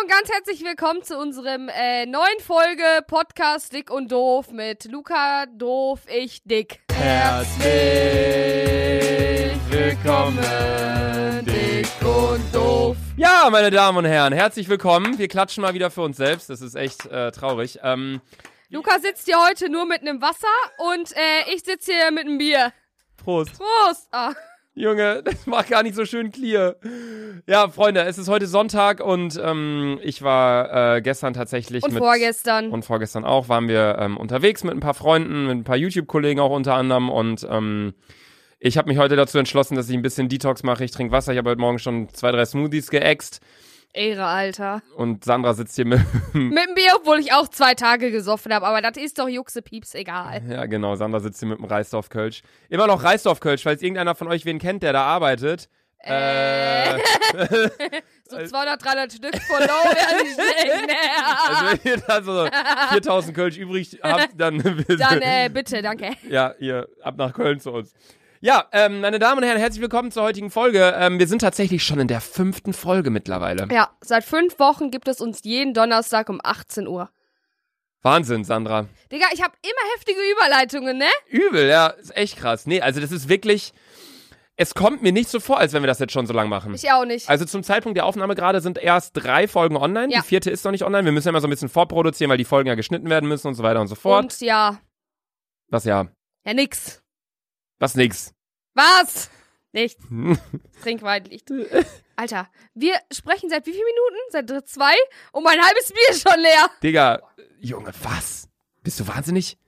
und ganz herzlich willkommen zu unserem äh, neuen Folge Podcast Dick und Doof mit Luca Doof, ich Dick. Herzlich willkommen, dick und doof. Ja, meine Damen und Herren, herzlich willkommen. Wir klatschen mal wieder für uns selbst. Das ist echt äh, traurig. Ähm, Luca sitzt hier heute nur mit einem Wasser und äh, ich sitze hier mit einem Bier. Prost. Prost! Ah, Junge, das macht gar nicht so schön clear. Ja, Freunde, es ist heute Sonntag und ähm, ich war äh, gestern tatsächlich und mit... vorgestern. Und vorgestern auch waren wir ähm, unterwegs mit ein paar Freunden, mit ein paar YouTube-Kollegen auch unter anderem. Und ähm, ich habe mich heute dazu entschlossen, dass ich ein bisschen Detox mache. Ich trinke Wasser. Ich habe heute Morgen schon zwei, drei Smoothies geäxt. Ehre, Alter. Und Sandra sitzt hier mit. Mit dem Bier, obwohl ich auch zwei Tage gesoffen habe, aber das ist doch Juxepieps egal. ja, genau. Sandra sitzt hier mit dem Reisdorf-Kölsch. Immer noch Reisdorf-Kölsch, falls irgendeiner von euch wen kennt, der da arbeitet. Äh, So 200, 300 Stück von Low werden die schnell leer. also wenn ihr da so 4000 Kölsch übrig habt, dann, Dann äh, bitte, danke. Ja, ihr ab nach Köln zu uns. Ja, ähm, meine Damen und Herren, herzlich willkommen zur heutigen Folge. Ähm, wir sind tatsächlich schon in der fünften Folge mittlerweile. Ja, seit fünf Wochen gibt es uns jeden Donnerstag um 18 Uhr. Wahnsinn, Sandra. Digga, ich habe immer heftige Überleitungen, ne? Übel, ja, ist echt krass. Nee, also das ist wirklich, es kommt mir nicht so vor, als wenn wir das jetzt schon so lang machen. Ich auch nicht. Also zum Zeitpunkt der Aufnahme gerade sind erst drei Folgen online. Ja. Die vierte ist noch nicht online. Wir müssen ja immer so ein bisschen vorproduzieren, weil die Folgen ja geschnitten werden müssen und so weiter und so fort. Und ja, Was ja, ja nix. was nix. Was? Nichts. Trinkweidlicht. Alter, wir sprechen seit wie vielen Minuten? Seit dr- zwei? Und mein halbes Bier ist schon leer. Digga, Junge, was? Bist du wahnsinnig?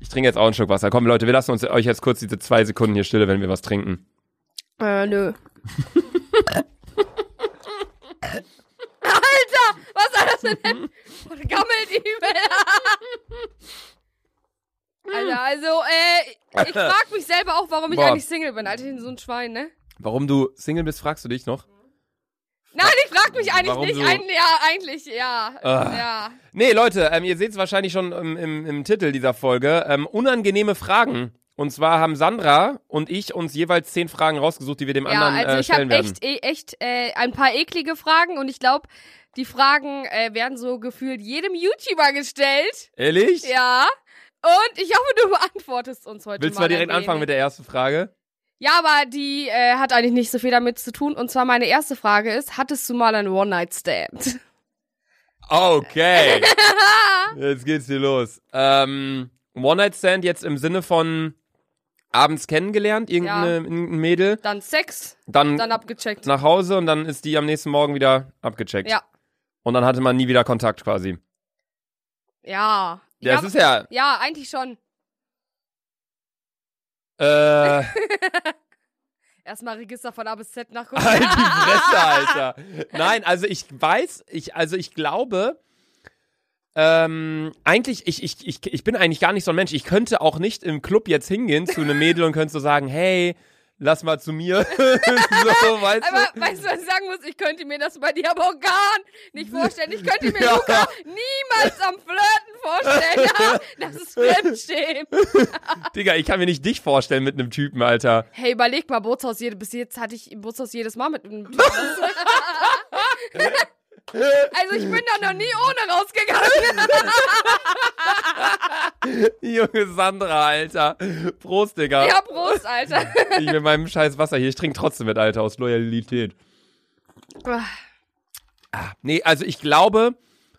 Ich trinke jetzt auch einen Schluck Wasser. Komm, Leute, wir lassen uns euch jetzt kurz diese zwei Sekunden hier Stille, wenn wir was trinken. Äh, nö. Alter, was war das denn? Und gammelt übel. Alter, also, äh, ich frag mich selber auch, warum ich Boah. eigentlich Single bin. Alter, ich bin so ein Schwein, ne? Warum du Single bist, fragst du dich noch? Nein, ich frag mich eigentlich Warum nicht. so- Ein, ja, eigentlich, ja. Ah. Ja. Nee, Leute, ähm, ihr seht es wahrscheinlich schon im, im, im Titel dieser Folge. Ähm, unangenehme Fragen. Und zwar haben Sandra und ich uns jeweils zehn Fragen rausgesucht, die wir dem Ja, anderen also äh, ich habe stellen werden. echt, eh- echt äh, ein paar eklige Fragen und ich glaube, die Fragen äh, werden so gefühlt jedem YouTuber gestellt. Ehrlich? Ja. Und ich hoffe, du beantwortest uns heute Willst du mal. mal direkt ein anfangen mit wenig. der ersten Frage? Ja, aber die äh, hat eigentlich nicht so viel damit zu tun. Und zwar meine erste Frage ist, hattest du mal einen One-Night-Stand? Okay. jetzt geht's hier los. Ähm, One-Night-Stand jetzt im Sinne von abends kennengelernt, irgendeine, Ja. irgendein Mädel, Dann Sex, dann, dann abgecheckt. nach Hause und dann ist die am nächsten Morgen wieder abgecheckt. Ja. Und dann hatte man nie wieder Kontakt quasi. Ja. Ja, ja, es ist ja. ja, eigentlich schon. Äh, Erstmal Register von A bis Z nachgucken. halt die Fresse, Alter. Nein, also ich weiß, ich, also ich glaube. Ähm, eigentlich, ich, ich, ich, ich bin eigentlich gar nicht so ein Mensch. Ich könnte auch nicht im Club jetzt hingehen zu einem Mädel und könnte so sagen, hey, lass mal zu mir. so, weißt du? Aber weißt du, was ich sagen muss? Ich könnte mir das bei dir aber auch gar nicht vorstellen. Ich könnte mir Ja. Luca niemals am Flirten vorstellen. Ja, das ist Fremdschämen. Digga, ich kann mir nicht dich vorstellen mit einem Typen, Alter. Hey, überleg mal, Bootshaus, jede, bis jetzt hatte ich im Bootshaus jedes Mal mit einem Typen. Also ich bin da noch nie ohne rausgegangen. Junge Sandra, Alter. Prost, Digga. Ja, Prost, Alter. Ich mit meinem scheiß Wasser hier. Ich trinke trotzdem mit, Alter, aus Loyalität. Nee, also ich glaube,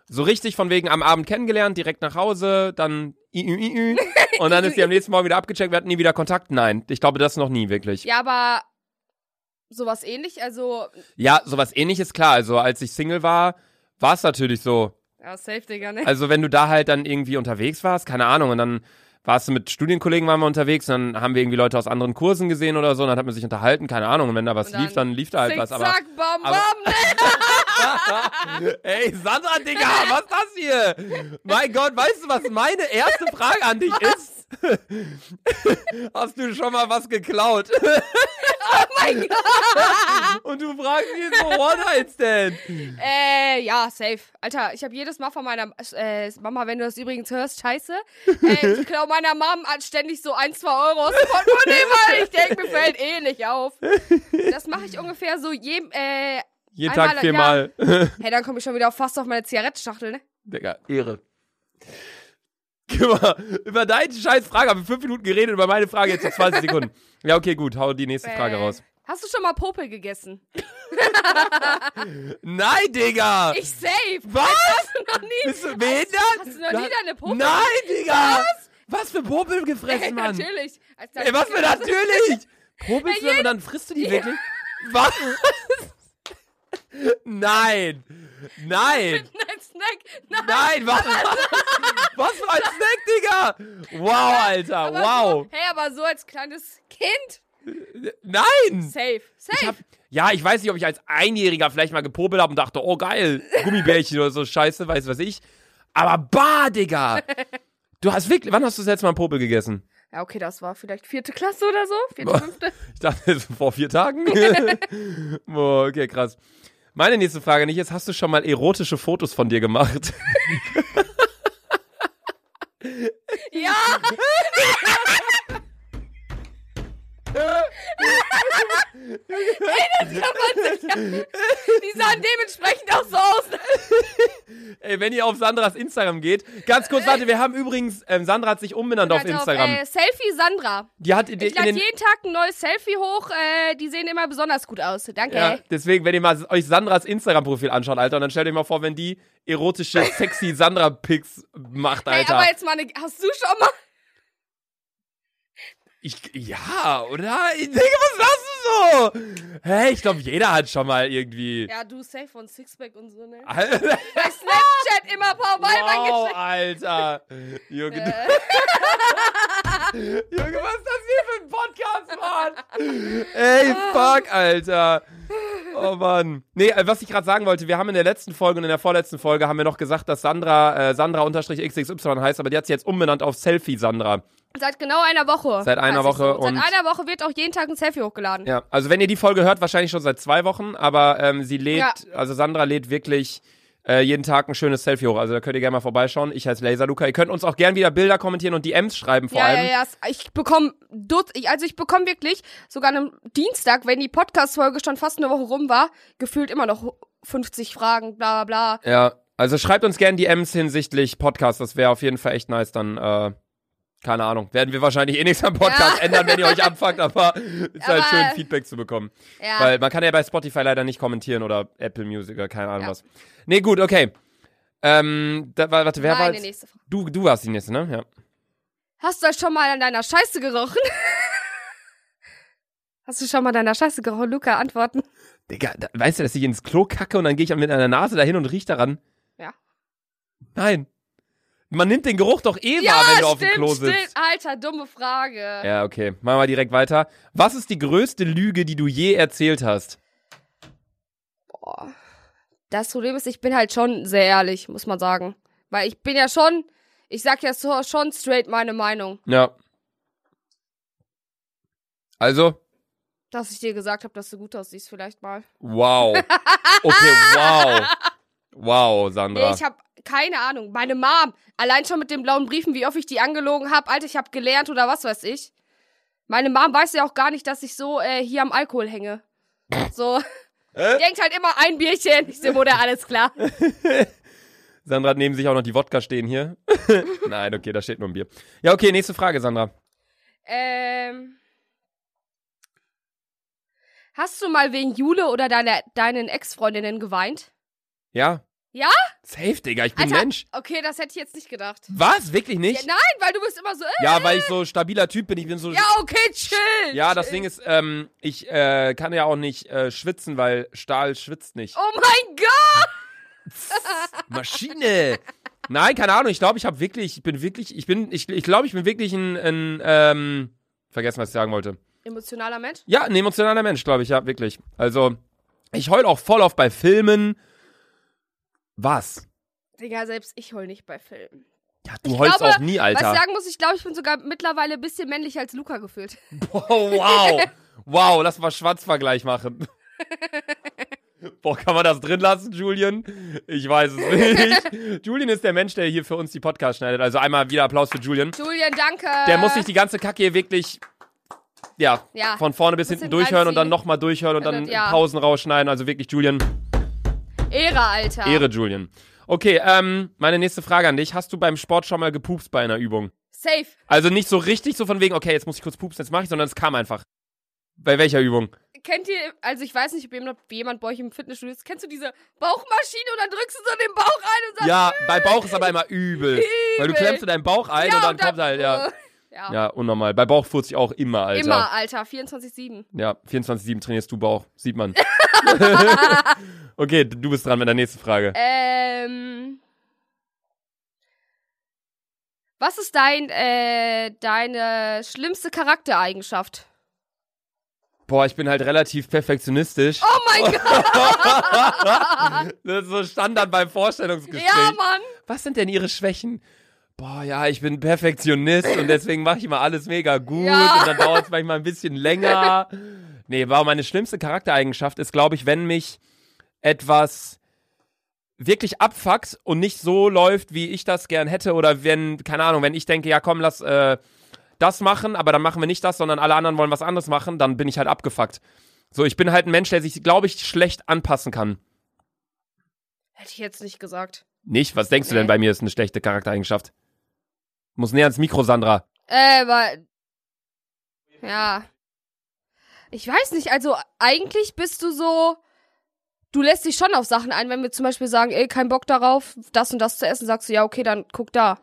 so richtig von wegen am Abend kennengelernt, direkt nach Hause, dann i, i, i, i, und dann ist die am nächsten Morgen wieder abgecheckt, wir hatten nie wieder Kontakt. Nein, ich glaube, das noch nie wirklich. Ja, Ja, aber sowas ähnlich, also sowas ähnliches, klar. Also als ich Single war, war es natürlich so. ja, safe, Digga, ne? Also wenn du da halt dann irgendwie unterwegs warst, keine Ahnung, und dann warst du mit Studienkollegen waren wir unterwegs und dann haben wir irgendwie Leute aus anderen Kursen gesehen oder so und dann hat man sich unterhalten, keine Ahnung, und wenn da Und was dann lief, dann lief da halt Zick, was, aber zack, bam, aber- bam, ne? Ey, Sandra, Digga, was ist das hier? Mein Gott, weißt du, was meine erste Frage an dich ist? Hast du schon mal was geklaut? Oh mein Gott! Und du fragst mich so One-Night-Stand. Äh, ja, safe. Alter, ich habe jedes Mal von meiner äh, Mama, wenn du das übrigens hörst, scheiße. Äh, ich klau meiner Mom ständig so ein, zwei Euro aus dem Portemonnaie, weil ich denke, mir fällt eh nicht auf. Das mache ich ungefähr so jedem, äh, Jeden Einmal, Tag viermal. Hey, dann komme ich schon wieder auf fast auf meine Zigarettenschachtel, ne? Digga, Ehre. Guck mal, über deine scheiß Frage haben wir fünf Minuten geredet, über meine Frage jetzt in 20 Sekunden. Ja, okay, gut, hau die nächste Frage Äh, raus. Hast du schon mal Popel gegessen? Nein, Digga! Ich safe. Was? Hast du noch nie? Bist du behindert? Hast du noch nie deine Popel? Nein, Digga! Was? Was für Popel Ey, gefressen, Mann? natürlich. Als Ey, was für natürlich? Popelst du und dann frisst du die wirklich? Was? Nein! Nein! Nein, Snack. Nein, Nein, was? Was für ein Snack, Digga! Wow, Alter, aber wow! So, hey, aber so als kleines Kind? Nein! Safe. Safe. hab- Ja, ich weiß nicht, ob ich als Einjähriger vielleicht mal gepopelt habe und dachte, oh geil, Gummibärchen oder so Scheiße, weiß was ich. Aber bah, Digga! Du hast wirklich, wann hast du das letzte Mal einen Popel gegessen? ja, okay, das war vielleicht vierte Klasse oder so. Vierte, Boah. fünfte. Ich dachte, das war vor vier Tagen. Boah, okay, krass. Meine nächste Frage nicht ist, hast du schon mal erotische Fotos von dir gemacht? Ja. Ey, das kann man sich ja. Die sahen dementsprechend auch so aus. Ey, wenn ihr auf Sandras Instagram geht, ganz kurz, warte, wir haben übrigens, ähm, Sandra hat sich umbenannt auf Hat auf, Instagram. äh, Selfie Sandra. Die hat in, Ich den- in lade den, jeden Tag ein neues Selfie hoch. Äh, die sehen immer besonders gut aus. Danke. ja, deswegen, wenn ihr mal euch Sandras Instagram-Profil anschaut, Alter, und dann stellt euch mal vor, wenn die erotische, sexy Sandra-Pics macht, Hey, Alter. aber jetzt mal, eine, hast du schon mal? ich, ja, oder? Ich denke, was machst du so? Hä, ich glaube, jeder hat schon mal irgendwie. Ja, du safe und Sixpack und so, ne? Alter. Bei Snapchat immer Paul Ballmann Wow, geschickt. Alter. Jürgen, du Jürgen, was ist das hier für ein Podcast, Mann? Ey, fuck, Alter. Oh Mann. Nee, äh, was ich gerade sagen wollte, wir haben in der letzten Folge und in der vorletzten Folge haben wir noch gesagt, dass Sandra äh, Sandra unterstrich XXY heißt, aber die hat sie jetzt umbenannt auf Selfie Sandra. Seit genau einer Woche. Seit einer Weiß ich Woche so. Seit und- einer Woche wird auch jeden Tag ein Selfie hochgeladen. Ja, also wenn ihr die Folge hört, wahrscheinlich schon seit zwei Wochen, aber ähm, sie lädt, Ja. also Sandra lädt wirklich äh, jeden Tag ein schönes Selfie hoch. Also da könnt ihr gerne mal vorbeischauen. Ich heiße Laser Luca. Ihr könnt uns auch gerne wieder Bilder kommentieren und DMs schreiben vor ja, allem. ja, ja. es- Ich bekomme, also ich bekomme wirklich sogar am Dienstag, wenn die Podcast-Folge schon fast eine Woche rum war, gefühlt immer noch 50 Fragen, bla bla bla. Ja, also schreibt uns gerne DMs hinsichtlich Podcast. Das wäre auf jeden Fall echt nice. Dann, äh, keine Ahnung, werden wir wahrscheinlich eh nichts am Podcast Ja. ändern, wenn ihr euch abfuckt, aber ist halt Aber- schön, Feedback zu bekommen. Ja. Weil man kann ja bei Spotify leider nicht kommentieren oder Apple Music oder keine Ahnung Ja. was. Nee, gut, okay. Ähm, da, wa- warte, wer war Nein, die jetzt? nächste Frage. Du, du warst die nächste, ne? Ja. Hast du das schon mal an deiner Scheiße gerochen? Hast du schon mal an deiner Scheiße gerochen? Luca, antworten. Digga, da, weißt du, dass ich ins Klo kacke und dann gehe ich mit einer Nase dahin und riech daran? Ja. Nein. Man nimmt den Geruch doch eh wahr, wenn du auf dem Klo sitzt. stimmt. Alter, dumme Frage. Ja, okay. Machen wir direkt weiter. Was ist die größte Lüge, die du je erzählt hast? Boah. Das Problem ist, ich bin halt schon sehr ehrlich, muss man sagen. Weil ich bin ja schon, ich sag ja so, schon straight meine Meinung, Ja. Also, dass ich dir gesagt habe, dass du gut aussiehst, vielleicht mal. wow. Okay, wow. Wow, Sandra. Nee, ich habe keine Ahnung. Meine Mom, allein schon mit den blauen Briefen, wie oft ich die angelogen habe. Alter, ich habe gelernt oder was weiß ich. Meine Mom weiß ja auch gar nicht, dass ich so äh, hier am Alkohol hänge. So. Äh? Denkt halt immer ein Bierchen. Ich sehe, Mutter, alles klar. Sandra hat neben sich auch noch die Wodka stehen hier. Nein, okay, da steht nur ein Bier. Ja, okay, nächste Frage, Sandra. Ähm. Hast du mal wegen Jule oder deiner, deinen Ex-Freundinnen geweint? Ja? Ja? Safe, Digga, ich bin Alter. Mensch. Okay, das hätte ich jetzt nicht gedacht. Was? Wirklich Ja, nicht? nein, weil du bist immer so. Äh, Ja, weil ich so stabiler Typ bin. Ich bin so ja, okay, chill. Ja, das Ding ist, ähm, ich äh, kann ja auch nicht äh, schwitzen, weil Stahl schwitzt nicht. Oh mein Gott! Maschine! Nein, keine Ahnung. Ich glaube, ich habe wirklich, ich bin wirklich, ich bin, ich, ich glaube, ich bin wirklich ein, ein ähm, vergessen, was ich sagen wollte. Emotionaler Mensch. Ja, ein emotionaler Mensch, glaube ich, ja, wirklich. Also, ich heul auch voll auf bei Filmen. Was? Digga, selbst ich heul nicht bei Filmen. Ja, du Ich heulst glaube, auch nie, Was Alter. ich sagen muss, ich glaube, ich bin sogar mittlerweile ein bisschen männlicher als Luca gefühlt. Oh, wow. Wow, lass mal Schwanzvergleich machen. Boah, kann man das drin lassen, Julian? Ich weiß es nicht. Julian ist der Mensch, der hier für uns die Podcasts schneidet. Also einmal wieder Applaus für Julian. Julian, danke. Der muss sich die ganze Kacke hier wirklich, ja, Ja. von vorne bis Bisschen hinten durchhören und dann reinziehen. Äh, nochmal durchhören und dann Ja. Pausen rausschneiden. Also wirklich, Julian, Ehre, Alter. Ehre, Julian. Okay, ähm, meine nächste Frage an dich. Hast du beim Sport schon mal gepupst bei einer Übung? Safe. Also nicht so richtig so von wegen, okay, jetzt muss ich kurz pupsen, jetzt mache ich, sondern es kam einfach. Bei welcher Übung? Kennt ihr, also ich weiß nicht, ob jemand, ob jemand bei euch im Fitnessstudio ist, kennst du diese Bauchmaschine und dann drückst du so den Bauch ein und sagst, Ja, bei Bauch ist aber immer übel. Weil du Übel. klemmst in deinen Bauch ein Ja, und dann und dann- kommt halt, ja. ja, Ja, unnormal. Bei Bauch furze ich auch immer, Alter. immer, Alter, 24-7. Ja, 24-7 trainierst du Bauch. Sieht man. okay, du bist dran mit der nächsten Frage. Ähm. Was ist dein, äh, deine schlimmste Charaktereigenschaft? Boah, ich bin halt relativ perfektionistisch. Oh mein Gott, Das ist so Standard beim Vorstellungsgespräch. ja, Mann. Was sind denn ihre Schwächen? Boah, ja, ich bin Perfektionist und deswegen mache ich immer alles mega gut Ja. und dann dauert es manchmal ein bisschen länger. Nee, wow, meine schlimmste Charaktereigenschaft ist, glaube ich, wenn mich etwas wirklich abfuckt und nicht so läuft, wie ich das gern hätte oder wenn, keine Ahnung, wenn ich denke, ja komm, lass äh, das machen, aber dann machen wir nicht das, sondern alle anderen wollen was anderes machen, dann bin ich halt abgefuckt. So, ich bin halt ein Mensch, der sich, glaube ich, schlecht anpassen kann. Hätte ich jetzt nicht gesagt. Nicht? Was denkst du Nee. denn bei mir ist eine schlechte Charaktereigenschaft? Muss näher ans Mikro, Sandra. Äh, aber. Ja. Ich weiß nicht, also eigentlich bist du so. Du lässt dich schon auf Sachen ein, wenn wir zum Beispiel sagen, ey, kein Bock darauf, das und das zu essen, sagst du, ja, okay, dann guck da.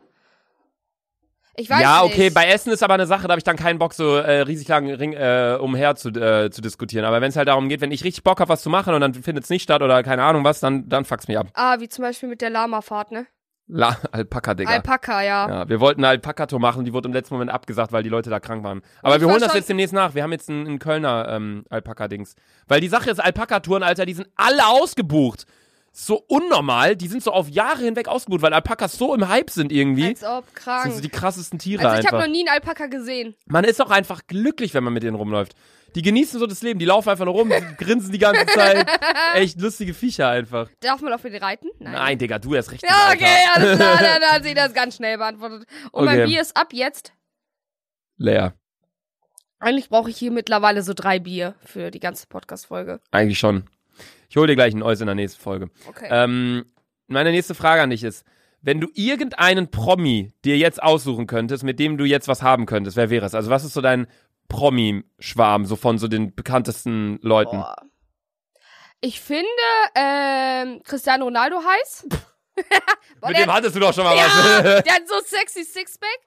Ich weiß ja, nicht. okay, bei Essen ist aber eine Sache, da habe ich dann keinen Bock, so äh, riesig lang ring, äh, umher zu, äh, zu diskutieren. Aber wenn es halt darum geht, wenn ich richtig Bock habe, was zu machen und dann findet es nicht statt oder keine Ahnung was, dann, dann fuck's mich ab. Ah, wie zum Beispiel mit der Lama-Fahrt, ne? La Alpaka, Digga. Alpaka, ja. ja, wir wollten eine Alpaka-Tour machen, die wurde im letzten Moment abgesagt, weil die Leute da krank waren. Aber Also ich wir war holen das schon- jetzt demnächst nach. Wir haben jetzt einen, einen Kölner ähm, Alpaka-Dings. Weil die Sache ist, Alpaka-Touren, Alter, die sind alle ausgebucht. So unnormal, die sind so auf Jahre hinweg ausgebucht, weil Alpakas so im Hype sind irgendwie. Als ob, Das krank. sind so die krassesten Tiere Also ich habe einfach. noch nie einen Alpaka gesehen. Man ist auch einfach glücklich, wenn man mit denen rumläuft. Die genießen so das Leben, die laufen einfach nur rum, die grinsen die ganze Zeit. Echt lustige Viecher einfach. Darf man auf den reiten? Nein. Nein, Digga, du hast recht. Ja, Alter. okay, alles klar, dann hat sie das ganz schnell beantwortet. Und Okay. mein Bier ist ab jetzt. Leer. Eigentlich brauche ich hier mittlerweile so drei Bier für die ganze Podcast-Folge. Eigentlich schon. Ich hol dir gleich ein Eus in der nächsten Folge. Okay. Ähm, meine nächste Frage an dich ist, wenn du irgendeinen Promi dir jetzt aussuchen könntest, mit dem du jetzt was haben könntest, wer wäre es? Also was ist so dein Promi-Schwarm, so von so den bekanntesten Leuten? Boah. Ich finde, ähm, Cristiano Ronaldo heiß. Boah, mit dem der, hattest du doch schon mal was. ja, der hat so sexy Sixpack.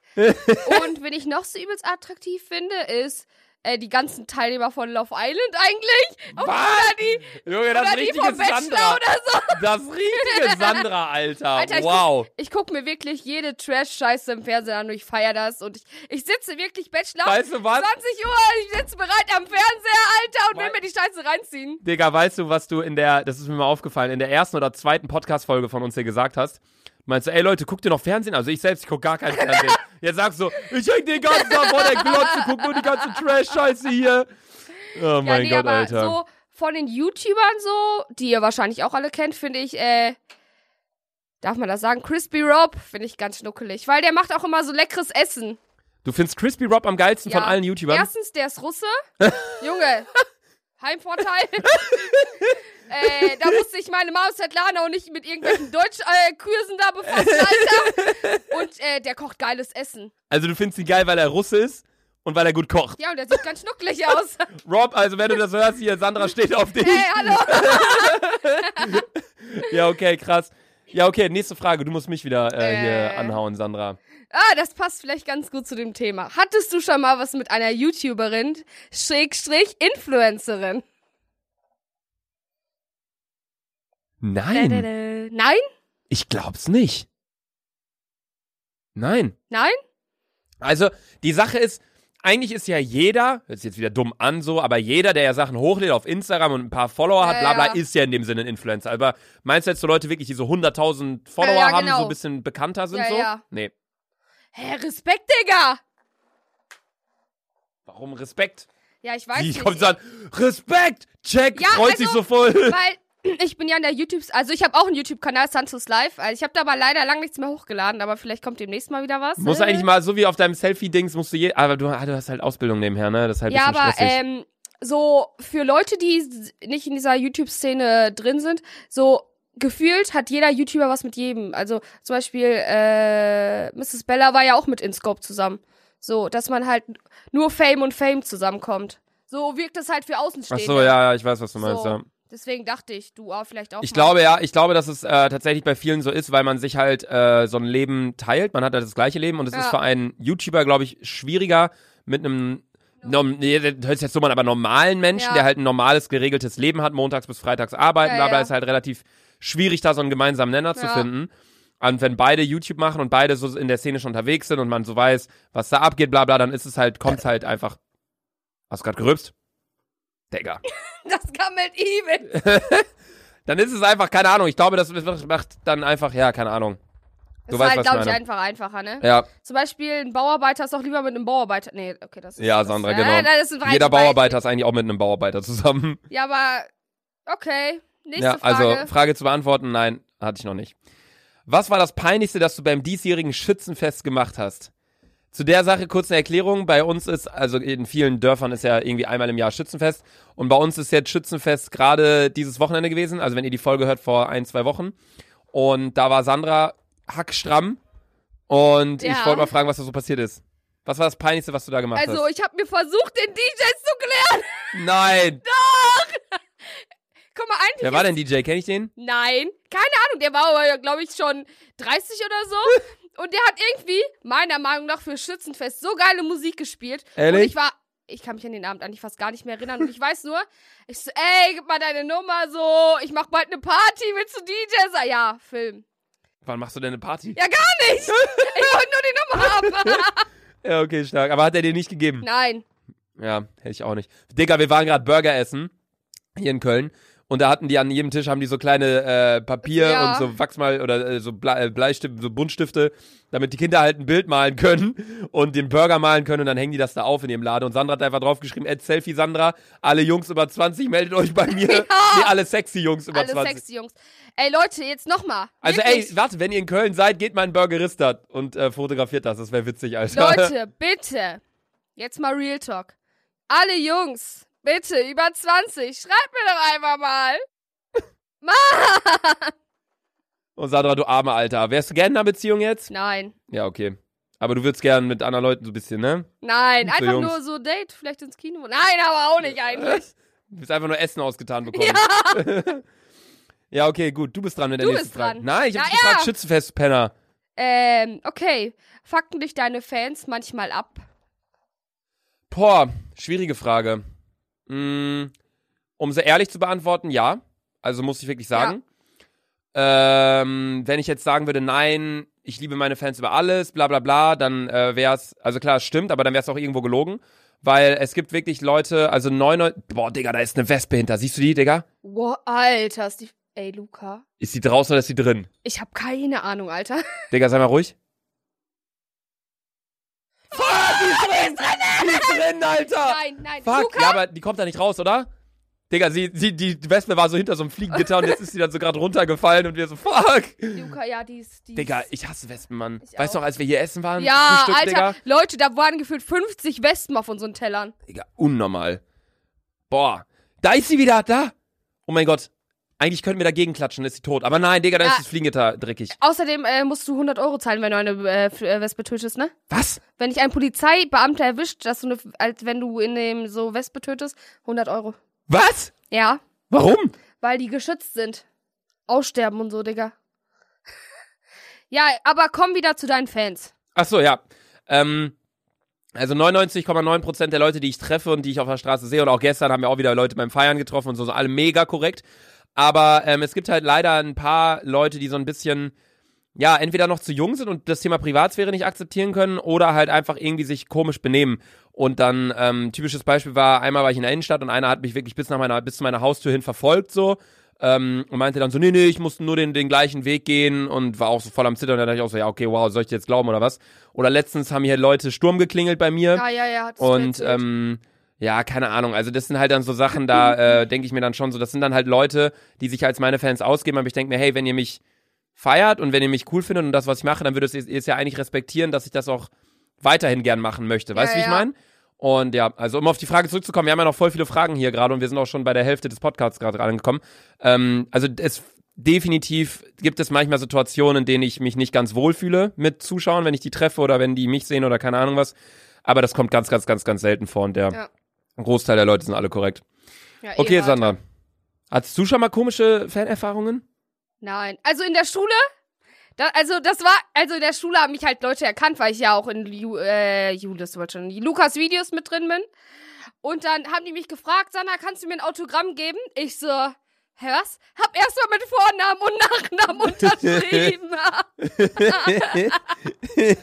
Und wenn ich noch so übelst attraktiv finde, ist äh, die ganzen Teilnehmer von Love Island eigentlich. Oh, Oder Was? die, Junge, das oder die richtige vom Sandra. Bachelor oder so. Das richtige Sandra, Alter. Alter, ich wow. Ich guck mir wirklich jede Trash-Scheiße im Fernsehen an und ich feier das. Und ich, ich sitze wirklich Bachelor. Weißt du was? 20 Uhr, ich sitze bereit am Fernseher, Alter, und Wei- will mir die Scheiße reinziehen. Digga, weißt du, was du in der, das ist mir mal aufgefallen, in der ersten oder zweiten Podcast-Folge von uns hier gesagt hast? Meinst du, ey Leute, guckt ihr noch Fernsehen? Also ich selbst, ich guck gar kein Fernsehen. Jetzt sagst du, ich häng den ganzen Tag vor der Glotze, guck nur die ganze Trash-Scheiße hier. Oh mein Gott, aber Alter. so von den YouTubern so, die ihr wahrscheinlich auch alle kennt, finde ich, äh, darf man das sagen? Crispy Rob finde ich ganz schnuckelig, weil der macht auch immer so leckeres Essen. Du findest Crispy Rob am geilsten von Ja. allen YouTubern? Erstens, der ist Russe. Junge, Heimvorteil. äh, da musste ich meine Maus Svetlana und nicht mit irgendwelchen Deutschkursen äh, Kursen da befassen, Alter. Und äh, der kocht geiles Essen. Also du findest ihn geil, weil er Russe ist und weil er gut kocht. Ja, und der sieht ganz schnucklig aus. Rob, also wenn du das hörst, hier, Sandra steht auf dich. Hey, hallo. Ja, okay, krass. Ja, okay, nächste Frage. Du musst mich wieder äh, Äh. hier anhauen, Sandra. Ah, das passt vielleicht ganz gut zu dem Thema. Hattest du schon mal was mit einer YouTuberin, Schrägstrich Influencerin? Nein, Dä-dä-dä. Nein? ich glaub's nicht. Nein. Nein? Also, die Sache ist, eigentlich ist ja jeder, hört sich jetzt wieder dumm an so, aber jeder, der ja Sachen hochlädt auf Instagram und ein paar Follower hat, Ja, bla bla, ja. ist ja in dem Sinne ein Influencer. Aber meinst du jetzt so Leute wirklich, die so 100.000 Follower Ja, ja, haben, so genau. ein bisschen bekannter sind Ja, so? ja. Nee. Hä, Respekt, Digga. Warum Respekt? Ja, ich weiß die nicht. kommt so an, Respekt! Check! Ja, freut also, sich so voll. Weil ich bin ja in der YouTube, also ich habe auch einen YouTube-Kanal Santos Live. Also ich habe da aber leider lang nichts mehr hochgeladen, aber vielleicht kommt demnächst mal wieder was. Muss Äh, eigentlich mal, so wie auf deinem Selfie-Dings, musst du je. Aber du, ah, du hast halt Ausbildung nebenher, ne? Das ist halt ein Ja, bisschen aber äh, stressig. ähm, so für Leute, die s- nicht in dieser YouTube-Szene drin sind, so gefühlt hat jeder YouTuber was mit jedem. Also zum Beispiel äh, Mrs. Bella war ja auch mit InScope zusammen. So, dass man halt nur Fame und Fame zusammenkommt. So wirkt das halt für Ach Außenstehende. so, ja, ja, ich weiß, was du meinst, So. ja. Deswegen dachte ich, du ah, vielleicht auch. Ich mal. glaube ja, ich glaube, dass es äh, tatsächlich bei vielen so ist, weil man sich halt äh, so ein Leben teilt. Man hat halt das gleiche Leben und es Ja. ist für einen YouTuber, glaube ich, schwieriger mit einem Nom nee, das hört sich jetzt so an, aber normalen Menschen, Ja. der halt ein normales, geregeltes Leben hat, montags bis freitags arbeiten, Ja, bla bla, ja. ist halt relativ schwierig, da so einen gemeinsamen Nenner zu Ja. finden. Und wenn beide YouTube machen und beide so in der Szene schon unterwegs sind und man so weiß, was da abgeht, bla bla, dann ist es halt, kommt's halt einfach. Hast du gerade gerübst? Digga. Das kam mit Even. Dann ist es einfach, keine Ahnung, ich glaube, das macht dann einfach, ja, keine Ahnung. Das war halt, weißt, was ich glaube ich, meine. einfach einfacher, ne? Ja, Zum Beispiel ein Bauarbeiter ist doch lieber mit einem Bauarbeiter. Nee, okay, das ist. ja das, Sandra, äh, genau. das ist ein Jeder breites Bauarbeiter ist eigentlich auch mit einem Bauarbeiter zusammen. Beispiel. Ja, aber okay. Nächste ja, Frage. also Frage zu beantworten, nein, hatte ich noch nicht. Was war das Peinlichste, das du beim diesjährigen Schützenfest gemacht hast? Zu der Sache kurz eine Erklärung. Bei uns ist, also in vielen Dörfern ist ja irgendwie einmal im Jahr Schützenfest. Und bei uns ist jetzt Schützenfest gerade dieses Wochenende gewesen. Also wenn ihr die Folge hört, vor ein, zwei Wochen. Und da war Sandra hackstramm. Und ich Ja. wollte mal fragen, was da so passiert ist. Was war das Peinlichste, was du da gemacht also hast? ich habe mir versucht, den DJs zu klären. Nein! Guck mal, eigentlich Wer war denn DJ? Kenne ich den? Nein, keine Ahnung, der war aber, glaube ich, schon 30 oder so. Und der hat irgendwie, meiner Meinung nach, für Schützenfest so geile Musik gespielt. Und Ehrlich? ich war, ich kann mich an den Abend eigentlich fast gar nicht mehr erinnern. Und ich weiß nur, ich so, ey, gib mal deine Nummer so, ich mach bald eine Party, willst du DJ sein? Ah, Ja, Film. Wann machst du denn eine Party? Ja, gar nicht! Ich wollte nur die Nummer haben. Ja, okay, stark. Aber hat er dir nicht gegeben? Nein. Ja, hätte ich auch nicht. Digga, wir waren gerade Burger essen hier in Köln. Und da hatten die an jedem Tisch haben die so kleine äh, Papier Ja. und so Wachsmal oder äh, so Ble äh, Bleistifte, so Buntstifte, damit die Kinder halt ein Bild malen können und den Burger malen können und dann hängen die das da auf in ihrem Laden. Und Sandra hat einfach draufgeschrieben, Add Selfie Sandra, alle Jungs über 20, meldet euch bei mir. Nee, alle sexy Jungs über Alle 20. sexy Jungs. Ey, Leute, jetzt nochmal. Also ey, warte, wenn ihr in Köln seid, geht mal in Burgerista und äh, fotografiert das. Das wäre witzig, Alter. Leute, bitte. Jetzt mal Real Talk. Alle Jungs, bitte, über 20, schreibt mir doch einfach mal. Und Sandra, du arme Alter. Wärst du gerne in einer Beziehung jetzt? Nein. Ja, okay. Aber du würdest gern mit anderen Leuten so ein bisschen, ne? Nein, Nicht so einfach Jungs. nur so Date, vielleicht ins Kino. Nein, aber auch nicht eigentlich. Du bist einfach nur Essen ausgetan bekommen. ja, okay, gut. Du bist dran mit der Du nächsten bist Frage. dran. Nein, ich hab Na dich gefragt, Schützenfest, Penner. Ähm, okay. Fakten dich deine Fans manchmal ab. Boah, schwierige Frage. Mm, um sehr ehrlich zu beantworten, ja. Also muss ich wirklich sagen. Ähm, wenn ich jetzt sagen würde, nein, ich liebe meine Fans über alles, bla bla bla, dann äh, wär's, also klar, es stimmt, aber dann wär's auch irgendwo gelogen. Weil es gibt wirklich Leute, also neun, boah, Digga, da ist eine Wespe hinter. Siehst du die, Digga? Wow, Alter, ist die. Ey, Luca. Ist die draußen oder ist die drin? Ich habe keine Ahnung, Alter. Digga, sei mal ruhig. Die ist drin, Alter! Nein, nein. Fuck, Luca, ja, aber die kommt da nicht raus, oder? Digga, sie, sie, die Wespe war so hinter so einem Fliegengitter und jetzt ist sie dann so gerade runtergefallen und wir so, fuck! Luca, ja, die ist. Die Digga, ist- ich hasse Wespen, Mann. Ich weißt du auch. noch, als wir hier essen waren? ja, Frühstück, Alter, Digga? Leute, da waren gefühlt 50 Wespen auf unseren Tellern. Digga, unnormal. Boah, da ist sie wieder, da! Oh mein Gott, eigentlich könnten wir dagegen klatschen, ist sie tot. Aber nein, Digga, da Ja. ist das Fliegengitter dreckig. Außerdem äh, musst du 100 Euro zahlen, wenn du eine äh, F- äh, Wespe tötest, ne? Was? Wenn dich ein Polizeibeamter erwischt, dass du eine, als wenn du in dem so Wespe tötest, 100 Euro. Was? Ja, Warum? weil die geschützt sind. Aussterben und so, Digga. ja, aber komm wieder zu deinen Fans. Ach so, ja. Ähm, also 99,9% der Leute, die ich treffe und die ich auf der Straße sehe und auch gestern haben wir auch wieder Leute beim Feiern getroffen und so, so alle mega korrekt. Aber ähm, es gibt halt leider ein paar Leute, die so ein bisschen, ja, entweder noch zu jung sind und das Thema Privatsphäre nicht akzeptieren können oder halt einfach irgendwie sich komisch benehmen. Und dann, ähm, typisches Beispiel war, einmal war ich in der Innenstadt und einer hat mich wirklich bis, nach meiner, bis zu meiner Haustür hin verfolgt so ähm, und meinte dann so, nee, nee, ich musste nur den, den gleichen Weg gehen und war auch so voll am Zittern. Da dachte ich auch so, ja, okay, wow, soll ich dir jetzt glauben oder was? Oder letztens haben hier Leute Sturm geklingelt bei mir. Ja, ja, ja. das ist Ähm, Und witzig. ähm, ja, keine Ahnung. Also das sind halt dann so Sachen, da äh, denke ich mir dann schon so, das sind dann halt Leute, die sich als meine Fans ausgeben, aber ich denke mir, hey, wenn ihr mich feiert und wenn ihr mich cool findet und das, was ich mache, dann würdet ihr ihr es ja eigentlich respektieren, dass ich das auch weiterhin gern machen möchte. Weißt du, wie Ja, ich ja. meine? Und ja, also um auf die Frage zurückzukommen, wir haben ja noch voll viele Fragen hier gerade und wir sind auch schon bei der Hälfte des Podcasts gerade angekommen. Ähm, also es, definitiv gibt es manchmal Situationen, in denen ich mich nicht ganz wohl fühle mit Zuschauern, wenn ich die treffe oder wenn die mich sehen oder keine Ahnung was. Aber das kommt ganz, ganz, ganz, ganz selten vor und der Ja. Großteil der Leute sind alle korrekt. Ja, eh Okay, weiter. Sandra. Hattest du schon mal komische Fanerfahrungen? Nein. Also in der Schule? Da, also das war, also in der Schule haben mich halt Leute erkannt, weil ich ja auch in Ju, äh, Julius wollte schon, in Lukas Videos mit drin bin. Und dann haben die mich gefragt, Sandra, kannst du mir ein Autogramm geben? Ich so, hä was? Hab erstmal mit Vornamen und Nachnamen unterschrieben. ja,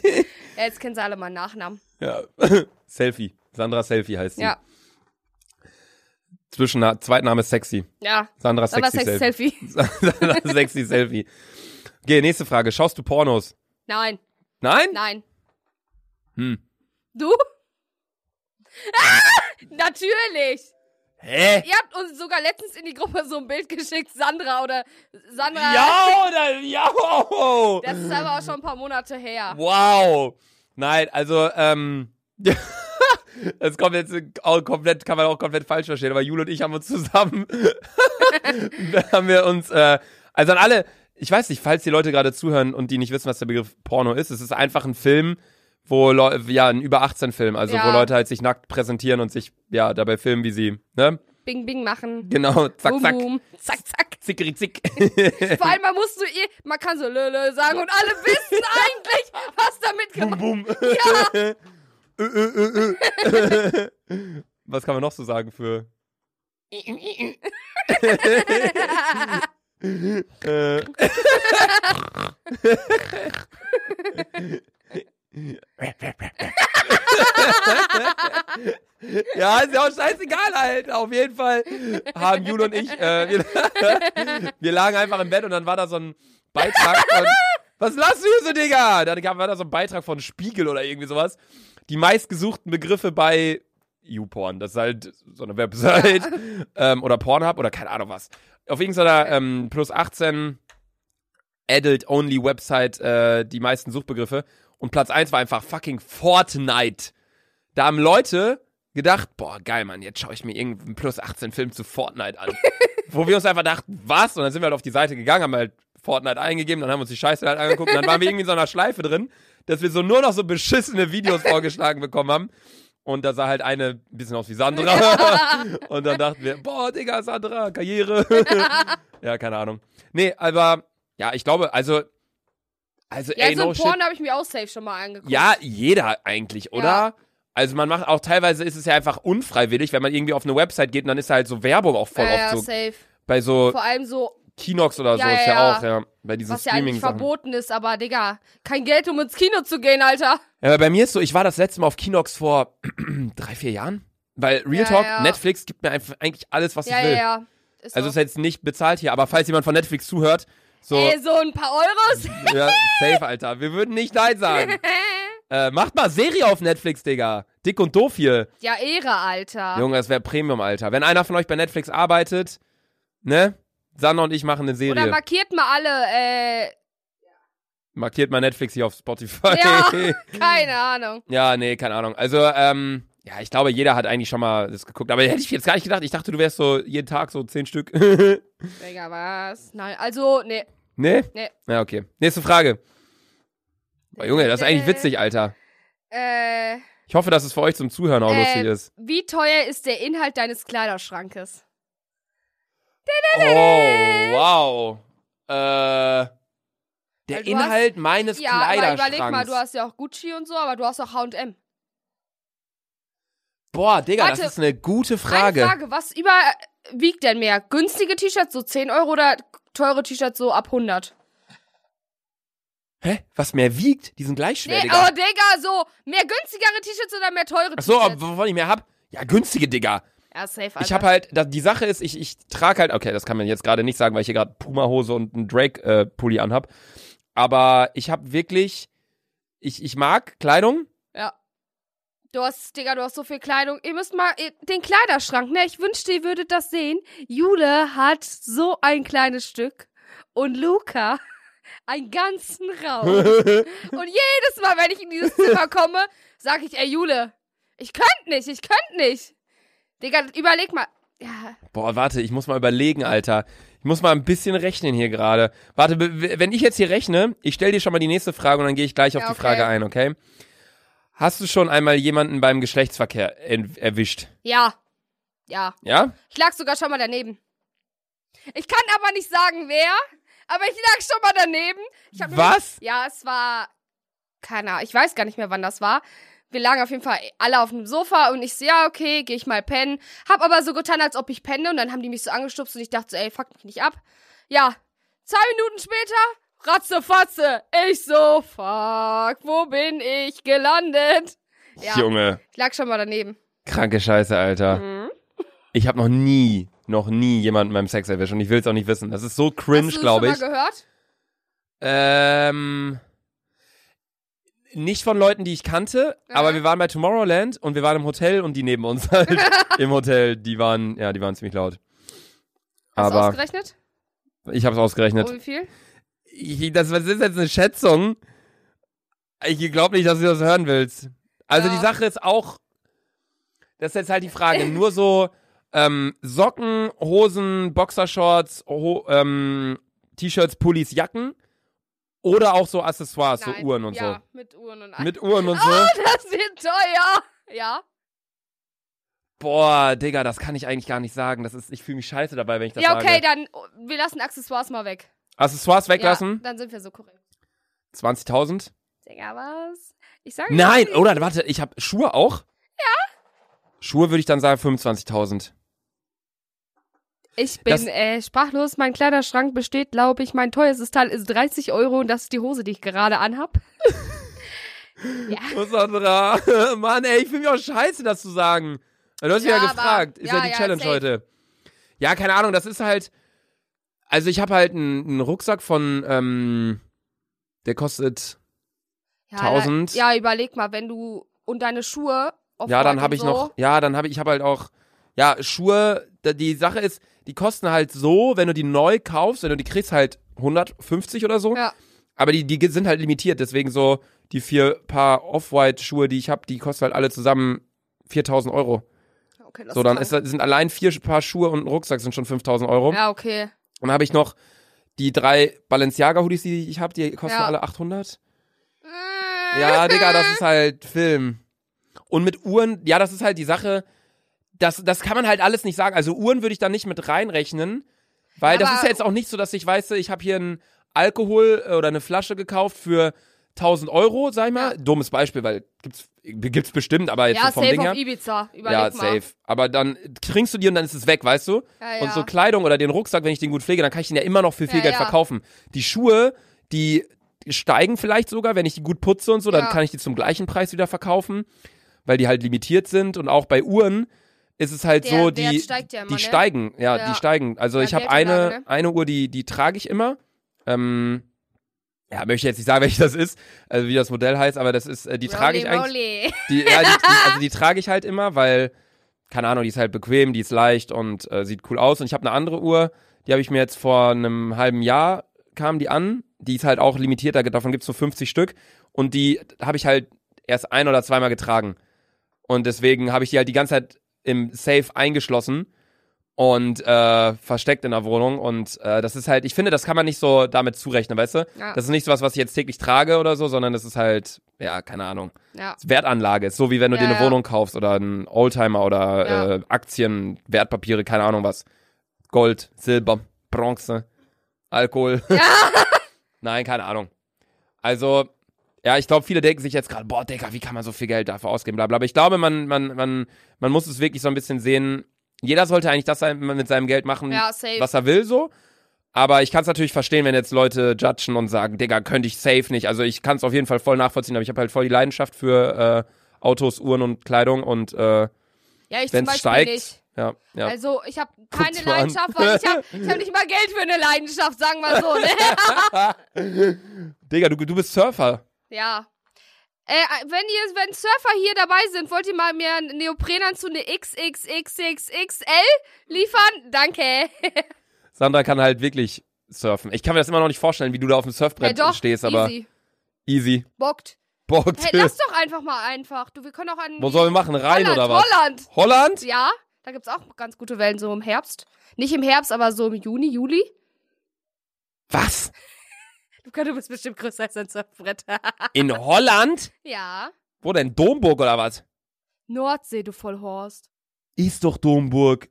jetzt kennen sie alle meinen Nachnamen. Ja. Selfie. Sandra Selfie heißt sie. Ja, Zwischen Zweitname ist sexy. ja. Sandra Dann war sexy Sex Selfie. Selfie. Sandra sexy Selfie. Okay, nächste Frage. Schaust du Pornos? Nein, Nein? nein. Hm. Du? Ah, natürlich. Hä? Ihr habt uns sogar letztens in die Gruppe so ein Bild geschickt, Sandra oder Sandra. Ja oder ja? Das ist aber auch schon ein paar Monate her. Wow. Nein, also, ähm. Das kommt jetzt auch komplett, kann man auch komplett falsch verstehen, aber Jule und ich haben uns zusammen, da haben wir uns, äh, also an alle, ich weiß nicht, falls die Leute gerade zuhören und die nicht wissen, was der Begriff Porno ist, es ist einfach ein Film, wo Leu- ja, ein über 18 Film, also Ja. wo Leute halt sich nackt präsentieren und sich, ja, dabei filmen, wie sie, ne? Bing, bing machen. Genau, zack, boom, zack, boom. Zack, zack. zickeri, zick. Vor allem, man muss so eh, man kann so Löle sagen und alle wissen eigentlich, was damit gemacht Bum. Ö, ö, ö, ö. Was kann man noch so sagen für. Äh. ja, ist ja auch scheißegal halt. Auf jeden Fall haben Jule und ich, äh, wir, wir lagen einfach im Bett und dann war da so ein Beitrag von. Was lachst du hier so, Digga? Dann gab- war da so ein Beitrag von Spiegel oder irgendwie sowas. Die meistgesuchten Begriffe bei YouPorn. Das ist halt so eine Website. Ähm, oder Pornhub oder keine Ahnung was. Auf irgendeiner ähm, plus 18 Adult-Only-Website äh, die meisten Suchbegriffe. Und Platz 1 war einfach fucking Fortnite. Da haben Leute gedacht, boah, geil, Mann, jetzt schaue ich mir irgendeinen plus 18 Film zu Fortnite an. Wo wir uns einfach dachten, was? Und dann sind wir halt auf die Seite gegangen, haben halt Fortnite eingegeben, dann haben wir uns die Scheiße halt angeguckt und dann waren wir irgendwie in so einer Schleife drin, dass wir so nur noch so beschissene Videos vorgeschlagen bekommen haben. Und da sah halt eine ein bisschen aus wie Sandra. und dann dachten wir, boah, Digga, Sandra, Karriere. ja, keine Ahnung. Nee, aber ja, ich glaube, also, also, Ja, ey, so no ein shit. Porn habe ich mir auch safe schon mal angeguckt. Ja, jeder eigentlich, oder? Ja. Also man macht auch teilweise ist es ja einfach unfreiwillig, wenn man irgendwie auf eine Website geht und dann ist da halt so Werbung auch voll ja, ja, oft so. safe. Bei so Vor allem so, Kinox oder so Ja, ist ja, ja ja. auch, ja. Bei diesen was ja eigentlich Streaming-Sachen. verboten ist, aber Digga, kein Geld, um ins Kino zu gehen, Alter. Ja, aber bei mir ist so, ich war das letzte Mal auf Kinox vor drei, vier Jahren. Weil Ja, Real Talk, ja. Netflix gibt mir einfach eigentlich alles, was Ja, ich will. ja, ja. Ist so. Also ist jetzt nicht bezahlt hier, aber falls jemand von Netflix zuhört, so, Ey, so ein paar Euros. ja, safe, Alter. Wir würden nicht Nein sagen. äh, macht mal Serie auf Netflix, Digga. Dick und doof hier. Ja, Ehre, Alter. Junge, das wäre Premium, Alter. Wenn einer von euch bei Netflix arbeitet, ne? Sanna und ich machen eine Oder Serie. markiert mal alle, äh, Markiert mal Netflix hier auf Spotify. Ja. keine Ahnung. Ja, nee, keine Ahnung. Also, ähm, ja, ich glaube, jeder hat eigentlich schon mal das geguckt. Aber hätte ich jetzt gar nicht gedacht. Ich dachte, du wärst so jeden Tag so zehn Stück. Ne? Digga, was? Nein, also, nee. nee? Nee. Ja, okay. Nächste Frage. Boah, Junge, das ist eigentlich witzig, Alter. Äh, Ich hoffe, dass es für euch zum Zuhören auch Äh, lustig ist. wie teuer ist der Inhalt deines Kleiderschrankes? Oh, wow. Äh, der Weil Also du Inhalt meines ja, aber Kleiderschranks. überleg mal, du hast ja auch Gucci und so, aber du hast auch H&M. Boah, Digga, Warte. das ist eine gute Eine Frage. Frage, was überwiegt denn mehr? Günstige T-Shirts so 10 Euro oder teure T-Shirts so ab 100? Hä? Was mehr wiegt? Die sind gleich schwer, Nee, Digga. oh, Digga, so mehr günstigere T-Shirts oder mehr teure T-Shirts? Achso, ob- wovon ich mehr hab? Ja, günstige, Digga. ja, safe, Alter. Ich hab halt, da, die Sache ist, ich, ich trage halt, okay, das kann man jetzt gerade nicht sagen, weil ich hier gerade Puma-Hose und einen Drake-Pulli anhab. Aber ich hab wirklich, ich, ich mag Kleidung. Ja. Du hast, Digga, du hast so viel Kleidung. Ihr müsst mal ihr, den Kleiderschrank, ne? Ich wünschte, ihr würdet das sehen. Jule hat so ein kleines Stück und Luca einen ganzen Raum. und jedes Mal, wenn ich in dieses Zimmer komme, sag ich, ey Jule, ich könnt nicht, ich könnt nicht. Digga, überleg mal. Ja. Boah, warte, ich muss mal überlegen, Alter. Ich muss mal ein bisschen rechnen hier gerade. Warte, be- wenn ich jetzt hier rechne, ich stell dir schon mal die nächste Frage und dann gehe ich gleich auf Ja, die okay. Frage ein, okay? Hast du schon einmal jemanden beim Geschlechtsverkehr en- erwischt? Ja. Ja. Ja? Ich lag sogar schon mal daneben. Ich kann aber nicht sagen, wer, aber ich lag schon mal daneben. Ich hab nämlich- Was? Ja, es war. Keine Ahnung, ich weiß gar nicht mehr, wann das war. Wir lagen auf jeden Fall alle auf dem Sofa und ich so, ja, okay, gehe ich mal pennen. Hab aber so getan, als ob ich penne und dann haben die mich so angestupst und ich dachte so, ey, fuck mich nicht ab. Ja, zwei Minuten später, ratze, fatze. Ich so, fuck, wo bin ich gelandet? Ja, Junge, ich lag schon mal daneben. kranke Scheiße, Alter. Mhm. Ich habe noch nie, noch nie jemanden beim Sex erwischt und ich will's auch nicht wissen. Das ist so cringe, Hast du glaube schon ich. mal gehört? Ähm, nicht von Leuten, die ich kannte, Aha. aber wir waren bei Tomorrowland und wir waren im Hotel und die neben uns halt im Hotel, die waren, ja, die waren ziemlich laut. Hast du Aber ausgerechnet? ich habe es Um ausgerechnet. wie viel? Ich, das, das ist jetzt eine Schätzung. Ich glaube nicht, dass du das hören willst. Also Ja. die Sache ist auch, das ist jetzt halt die Frage, nur so ähm, Socken, Hosen, Boxershorts, ho ähm, T-Shirts, Pullis, Jacken oder auch so Accessoires, Nein. so Uhren und ja, Ah! mit Uhren und so. allem. Mit Uhren und so. Das wird teuer. Ja. Boah, Digga, das kann ich eigentlich gar nicht sagen. Das ist, ich fühle mich scheiße dabei, wenn ich das ja, okay, sage. dann oh, wir lassen Accessoires mal weg. Accessoires Ja, weglassen? dann sind wir so korrekt. 20.000? Digga, was? Ich sage Nein, oder warte, ich habe Schuhe auch? Ja. Schuhe würde ich dann sagen 25.000. Ich Das- bin äh, sprachlos. Mein Kleiderschrank besteht, glaube ich, mein teuerstes Teil ist 30 Euro und das ist die Hose, die ich gerade anhab. ja. Was Sandra? Mann, ey, ich fühle mich auch scheiße, das zu sagen. Du hast mich Ja, ja aber- gefragt. Ist ja, ja, die ja, Challenge safe. heute. Ja, keine Ahnung, das ist halt. Also ich habe halt einen, einen Rucksack von, ähm, der kostet. ja 1000. Da, ja, überleg mal, wenn du und deine Schuhe. Off-White Ja, dann und habe ich so, noch, ja, dann habe ich, ich habe halt auch, ja, Schuhe, da, die Sache ist, die kosten halt so, wenn du die neu kaufst, wenn du die kriegst halt 150 oder so, Ja. aber die, die sind halt limitiert, deswegen so die vier Paar Off-White-Schuhe, die ich habe, die kosten halt alle zusammen 4000 Euro. Okay, das so, dann krank. ist, sind allein vier Paar Schuhe und ein Rucksack sind schon 5000 Euro. Ja, okay. Dann habe ich noch die drei Balenciaga-Hoodies, die ich habe, die kosten Ja. Mm. alle 800. Ja, Digga, das ist halt Film. Und mit Uhren, ja, das ist halt die Sache. Das, das kann man halt alles nicht sagen. Also Uhren würde ich da nicht mit reinrechnen, weil das Aber- ist ja jetzt auch nicht so, dass ich weiß, ich habe hier einen Alkohol äh, oder eine Flasche gekauft für 1000 Euro, sag ich mal. Ja. Dummes Beispiel, weil gibt's, gibt's bestimmt, aber jetzt ja, so vom safe Ding her. auf Ibiza. Überleg Ja, mal. safe. Aber dann trinkst du die und dann ist es weg, weißt du? Ja, ja. Und so Kleidung oder den Rucksack, wenn ich den gut pflege, dann kann ich den ja immer noch für viel Ja, Geld ja. verkaufen. Die Schuhe, die steigen vielleicht sogar, wenn ich die gut putze und so, dann Ja. kann ich die zum gleichen Preis wieder verkaufen, weil die halt limitiert sind. Und auch bei Uhren ist es halt Der so, Wert die, steigt ja immer, die ne? steigen, ja, Ja. die steigen. Also Ja, ich habe Geldanlage, eine, ne? eine Uhr, die, die trage ich immer. Ähm, ja, möchte jetzt nicht sagen, welche das ist, also wie das Modell heißt, aber das ist, äh, die trage ich Rolli eigentlich. Molli. Die, ja, die, die, also die trage ich halt immer, weil, keine Ahnung, die ist halt bequem, die ist leicht und äh, sieht cool aus. Und ich habe eine andere Uhr, die habe ich mir jetzt vor einem halben Jahr, kam die an. Die ist halt auch limitiert, da- davon gibt's so 50 Stück. Und die habe ich halt erst ein oder zweimal getragen. Und deswegen habe ich die halt die ganze Zeit im Safe eingeschlossen und äh, versteckt in der Wohnung. Und äh, das ist halt, ich finde, das kann man nicht so damit zurechnen, weißt du? Ja. Das ist nicht so was, was ich jetzt täglich trage oder so, sondern das ist halt, ja, keine Ahnung. Ja. Wertanlage ist, so wie wenn du Ja, dir eine ja. Wohnung kaufst oder einen Oldtimer oder Ja. äh, Aktien, Wertpapiere, keine Ahnung was. Gold, Silber, Bronze, Alkohol. Nein, keine Ahnung. Also, ja, ich glaube, viele denken sich jetzt gerade, boah, Digga, wie kann man so viel Geld dafür ausgeben, bla bla. Aber ich glaube, man, man, man, man muss es wirklich so ein bisschen sehen. Jeder sollte eigentlich das sein- mit seinem Geld machen, Ja, safe. was er will, so. Aber ich kann es natürlich verstehen, wenn jetzt Leute judgen und sagen, Digga, könnte ich safe nicht. Also ich kann es auf jeden Fall voll nachvollziehen, aber ich habe halt voll die Leidenschaft für äh, Autos, Uhren und Kleidung und äh, Ja, ich zum wenn es Beispiel steigt. nicht. Ja, ja. Also ich habe keine Guck's mal an. Leidenschaft, weil ich habe ich hab nicht mal Geld für eine Leidenschaft, sagen wir so. Ne? Digga, du, du bist Surfer. ja. Äh, wenn ihr, wenn Surfer hier dabei sind, wollt ihr mal mir einen Neoprenanzug, eine XXXXXL liefern? Danke. Sandra kann halt wirklich surfen. Ich kann mir das immer noch nicht vorstellen, wie du da auf dem Hey, Surfbrett doch, stehst, aber easy. easy. Bockt. Boah, Hey, Till. lass doch einfach mal einfach. Du, wir können auch an Wo sollen wir machen? Rein Holland, oder was? Holland. Holland? Ja, da Da gibt's auch ganz gute Wellen, so im Herbst. Nicht im Herbst, aber so im Juni, Juli. Was? Luca, du bist bestimmt größer als ein Surfbrett. In Holland? ja. Wo denn? Domburg oder was? Nordsee, du Vollhorst. Ist doch Domburg.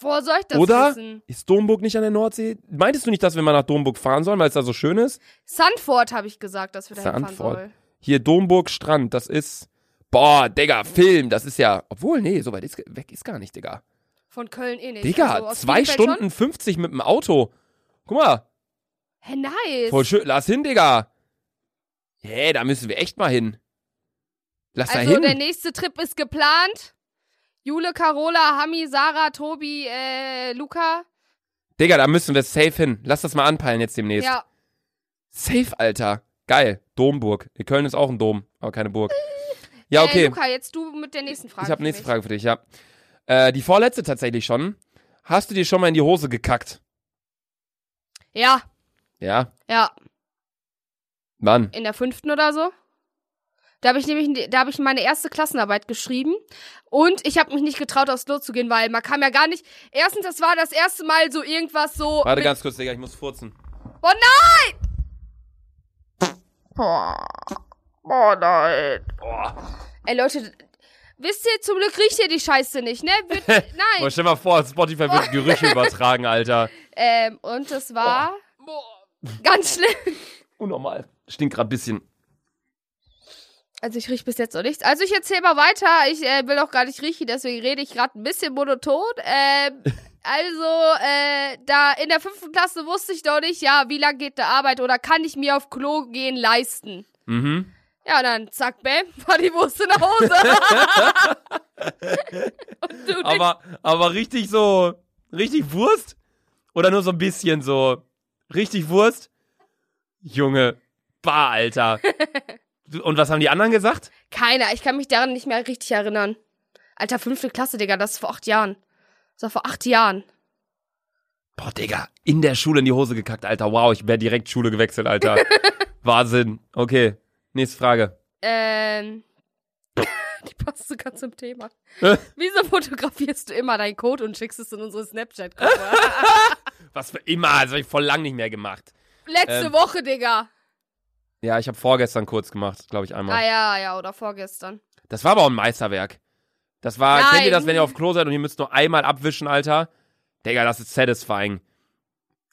Wo soll ich das Oder? wissen? Ist Domburg nicht an der Nordsee? Meintest du nicht, dass wir mal nach Domburg fahren sollen, weil es da so schön ist? Sandford habe ich gesagt, dass wir da hinfahren Sandford. sollen. Hier Domburg Strand, das ist. Boah, Digga, Film, das ist ja. Obwohl, nee, so weit ist, ge- weg ist gar nicht, Digga. Von Köln eh nicht. Also, Digga, aus zwei Bielefeld Stunden 50 mit dem Auto. Guck mal, Schon? Hey, nice. voll schön. Lass hin, Digga. Hä, hey, da müssen wir echt mal hin. Lass also da der hin. nächste Trip ist geplant. Jule, Carola, Hami, Sarah, Tobi, äh, Luca. Digga, da müssen wir safe hin. Lass das mal anpeilen jetzt demnächst. Ja. Safe, Alter. Geil. Domburg. In Köln ist auch ein Dom, aber keine Burg. Ja, okay. Äh, Luca, jetzt du mit der nächsten Frage. ich habe für nächste mich. Frage für dich, ja. Äh, die vorletzte tatsächlich schon. Hast du dir schon mal in die Hose gekackt? Ja, Ja. ja, Mann. in der fünften oder so. Da habe ich nämlich, da habe ich meine erste Klassenarbeit geschrieben und ich habe mich nicht getraut, aufs Klo zu gehen, weil man kam ja gar nicht. Erstens, das war das erste Mal so irgendwas so. Warte mit- ganz kurz, Digga, ich muss furzen. Oh nein! Oh nein. Ey Leute, wisst ihr, zum Glück riecht ihr die Scheiße nicht, ne? Wird, Boah, nein. stell mal vor, Spotify wird Gerüche übertragen, Alter. ähm, und es war ganz schlimm. Unnormal. Stinkt grad bisschen. Also ich riech bis jetzt noch nichts. Also ich erzähle mal weiter. Ich äh, will auch gar nicht riechen, deswegen rede ich gerade ein bisschen monoton. Ähm, also äh, da in der fünften Klasse wusste ich noch nicht, ja, wie lange geht eine Arbeit oder kann ich mir auf Klo gehen leisten? Mhm. Ja, und dann zack, bam, war die Wurst in der Hose. und du denkst, Aber, aber richtig so, richtig Wurst? Oder nur so ein bisschen so, richtig Wurst? Junge, bah, Alter. Und was haben die anderen gesagt? keiner, ich kann mich daran nicht mehr richtig erinnern. Alter, fünfte Klasse, Digga, das ist vor acht Jahren. Das war vor acht Jahren. Boah, Digga, in der Schule in die Hose gekackt, Alter. Wow, ich wäre direkt Schule gewechselt, Alter. Wahnsinn. Okay, nächste Frage. Ähm. die passt sogar zum Thema. Äh? Wieso fotografierst du immer deinen Code und schickst es in unsere Snapchat-Gruppe? Was für immer, das habe ich voll lang nicht mehr gemacht. Letzte Ähm. Woche, Digga. Ja, ich habe vorgestern kurz gemacht, glaube ich einmal. Ah ja, ja, oder vorgestern. Das war aber auch ein Meisterwerk. Das war, Nein. kennt ihr das, wenn ihr auf Klo seid und ihr müsst nur einmal abwischen, Alter? Digga, das ist satisfying.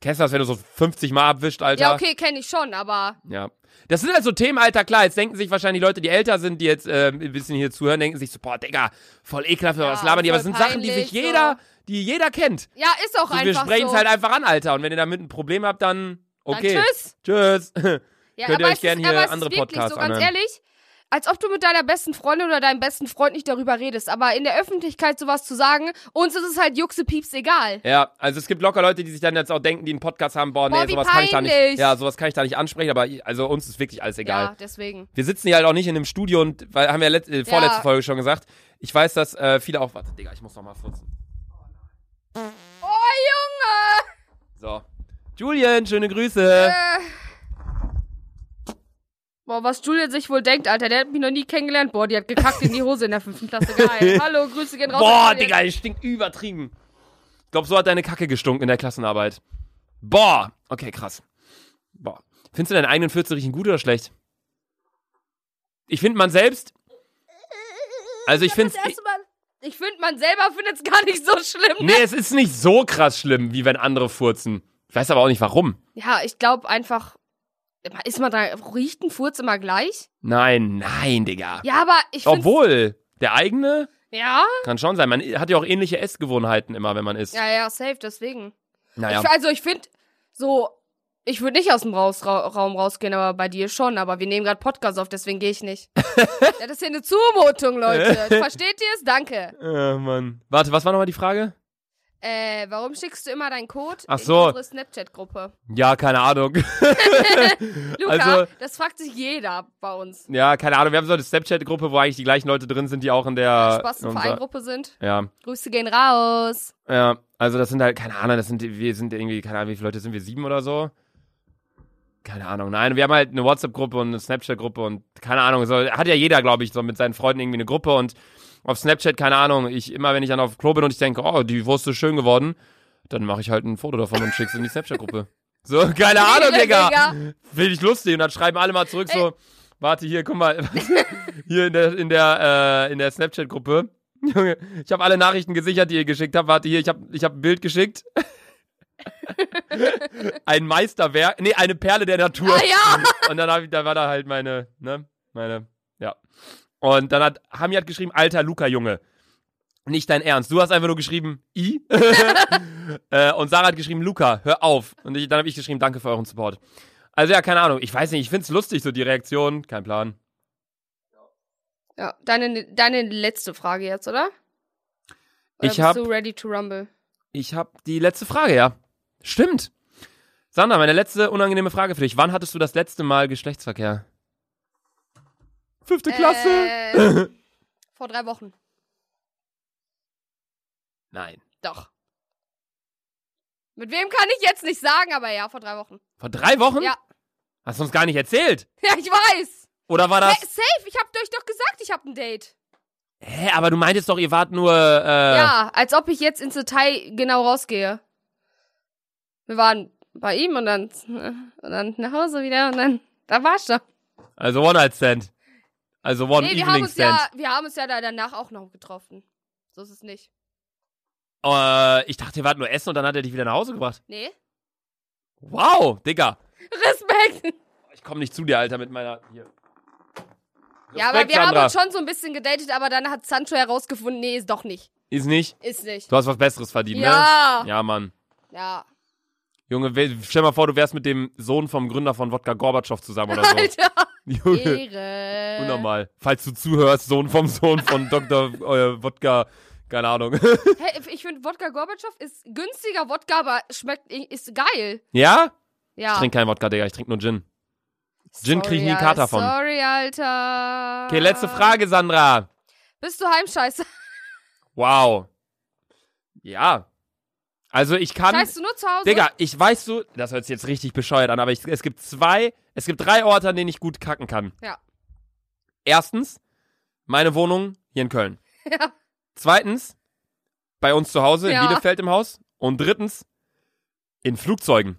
Kennst du das, wenn du so 50 Mal abwischt, Alter? Ja, okay, kenne ich schon, aber Ja. Das sind halt so Themen, Alter, klar. Jetzt denken sich wahrscheinlich Leute, die älter sind, die jetzt äh, ein bisschen hier zuhören, denken sich so, boah, Digga, voll ekelhaft, Ja, was labern die. Aber es voll sind Sachen, die sich peinlich, jeder, die jeder kennt. ja, ist auch Und wir einfach sprechen es so. halt einfach an, Alter. Und wenn ihr damit ein Problem habt, dann okay. Dann tschüss. Tschüss. Ja, Könnt ihr aber euch es gerne ist, hier aber es andere ist wirklich Podcasts so, ganz anhören. ehrlich, als ob du mit deiner besten Freundin oder deinem besten Freund nicht darüber redest, aber in der Öffentlichkeit sowas zu sagen, uns ist es halt juxepieps egal. Ja, also es gibt locker Leute, die sich dann jetzt auch denken, die einen Podcast haben, boah, nee, Boah, wie sowas kann ich da nicht. peinlich. Ja, sowas kann ich da nicht ansprechen, aber i- also uns ist wirklich alles egal. Ja, deswegen. Wir sitzen hier halt auch nicht in einem Studio und weil haben wir ja let, äh, vorletzte Folge schon gesagt. Ich weiß, dass äh, viele auch warte, Digga, ich muss noch mal furzen. Oh, Junge! So. Julian, schöne Grüße. Äh. Boah, was Julian sich wohl denkt, Alter, der hat mich noch nie kennengelernt. Boah, die hat gekackt in die Hose in der fünften Klasse. Geil. Hallo, Grüße gehen raus. an Boah, Julian. Digga, ich stinkt übertrieben. Ich glaube, so hat deine Kacke gestunken in der Klassenarbeit. Boah. Okay, krass. Boah. Findest du deinen eigenen Fürze riechen gut oder schlecht? Ich finde man selbst. Also ich finde Das erste Mal, ich finde, man selber findet es gar nicht so schlimm. Nee, es ist nicht so krass schlimm, wie wenn andere furzen. Ich weiß aber auch nicht warum. Ja, ich glaube einfach, ist man da, riecht ein Furz immer gleich? Nein, nein, Digga. Ja, aber ich finde. Obwohl, der eigene Ja? kann schon sein. Man hat ja auch ähnliche Essgewohnheiten immer, wenn man isst. Ja, ja, safe, deswegen. Naja. Ich, also, ich finde, so, ich würde nicht aus dem raus, Ra Raum rausgehen, aber bei dir schon. Aber wir nehmen gerade Podcast auf, deswegen gehe ich nicht. ja, das ist hier eine Zumutung, Leute. Versteht ihr es? Danke. Äh, Mann. Warte, was war nochmal die Frage? Äh, warum schickst du immer deinen Code Ach in so. unsere Snapchat-Gruppe? Ja, keine Ahnung. Luca, Also- das fragt sich jeder bei uns. ja, keine Ahnung. Wir haben so eine Snapchat-Gruppe, wo eigentlich die gleichen Leute drin sind, die auch in der. Spaß in zur unserer- Vereingruppe sind. Ja. Grüße gehen raus. Ja. Also das sind halt, keine Ahnung, das sind, wir sind irgendwie, keine Ahnung, wie viele Leute sind wir? Sieben oder so? Keine Ahnung. Nein, wir haben halt eine WhatsApp-Gruppe und eine Snapchat-Gruppe und keine Ahnung, so hat ja jeder, glaube ich, so mit seinen Freunden irgendwie eine Gruppe und auf Snapchat, keine Ahnung, ich immer, wenn ich dann auf Klo bin und ich denke, oh, die Wurst ist schön geworden, dann mache ich halt ein Foto davon und schick's in die Snapchat-Gruppe. So, keine Ahnung, Liebe Digga. Digga. Finde ich lustig. Und dann schreiben alle mal zurück so, warte hier, guck mal, hier in der, in der, äh, in der Snapchat-Gruppe. Junge, ich habe alle Nachrichten gesichert, die ihr geschickt habt. Warte hier, ich habe ich hab ein Bild geschickt. ein Meisterwerk, nee, eine Perle der Natur. Ah ja! Und dann hab ich, da war da halt meine, ne, meine, ja. Und dann hat Hami hat geschrieben, alter Luca Junge, nicht dein Ernst. Du hast einfach nur geschrieben, i. äh, und Sarah hat geschrieben, Luca, hör auf. Und ich, dann habe ich geschrieben, danke für euren Support. Also ja, keine Ahnung. Ich weiß nicht, ich find's lustig, so die Reaktion. Kein Plan. Ja, deine, deine letzte Frage jetzt, oder? oder Ich bist hab- du ready to rumble? Ich habe die letzte Frage, ja. Stimmt. Sandra, meine letzte unangenehme Frage für dich. Wann hattest du das letzte Mal Geschlechtsverkehr? Fünfte Klasse. Äh, vor drei Wochen. Nein. Doch. Mit wem kann ich jetzt nicht sagen, aber ja, vor drei Wochen. Vor drei Wochen? Ja. Hast du uns gar nicht erzählt? Ja, ich weiß. Oder war das? Hey, safe, ich hab euch doch gesagt, ich hab ein Date. Hä, aber du meintest doch, ihr wart nur. Äh, Ja, als ob ich jetzt ins Detail genau rausgehe. Wir waren bei ihm und dann, und dann nach Hause wieder und dann, da war ich da. Also One Night Stand. Also One Nee, wir haben, Evening uns ja, Stand. wir haben uns ja da danach auch noch getroffen. So ist es nicht. Äh, ich dachte, ihr wart nur essen und dann hat er dich wieder nach Hause gebracht. Nee? Wow, Digga. Respekt! Ich komme nicht zu dir, Alter, mit meiner. Hier. ja, aber Respekt, wir Sandra. haben uns schon so ein bisschen gedatet, aber dann hat Sancho herausgefunden, nee, ist doch nicht. Ist nicht. Ist nicht. Du hast was Besseres verdient, Ja. ne? Ja, Mann. Ja. Junge, we- stell mal vor, du wärst mit dem Sohn vom Gründer von Wodka Gorbatschow zusammen oder so. Alter, Junge, Ehre. unnormal. Falls du zuhörst, Sohn vom Sohn von Dr. Äh, Wodka, keine Ahnung. Hey, ich finde, Wodka Gorbatschow ist günstiger Wodka, aber schmeckt, ist geil. ja? Ja. Ich trinke keinen Wodka, Digga, ich trinke nur Gin. Gin krieg ich nie Sorry, Kater Alter, von. Sorry, Alter. Okay, letzte Frage, Sandra. Bist du Heimscheißer? Wow. Ja. Also ich kann. Scheißt du nur zu Hause? Digga, ich weiß so, das hört sich jetzt richtig bescheuert an, aber ich, es gibt zwei, es gibt drei Orte, an denen ich gut kacken kann. Ja. Erstens, meine Wohnung hier in Köln. Ja. Zweitens, bei uns zu Hause Ja. in Bielefeld im Haus. Und drittens, in Flugzeugen.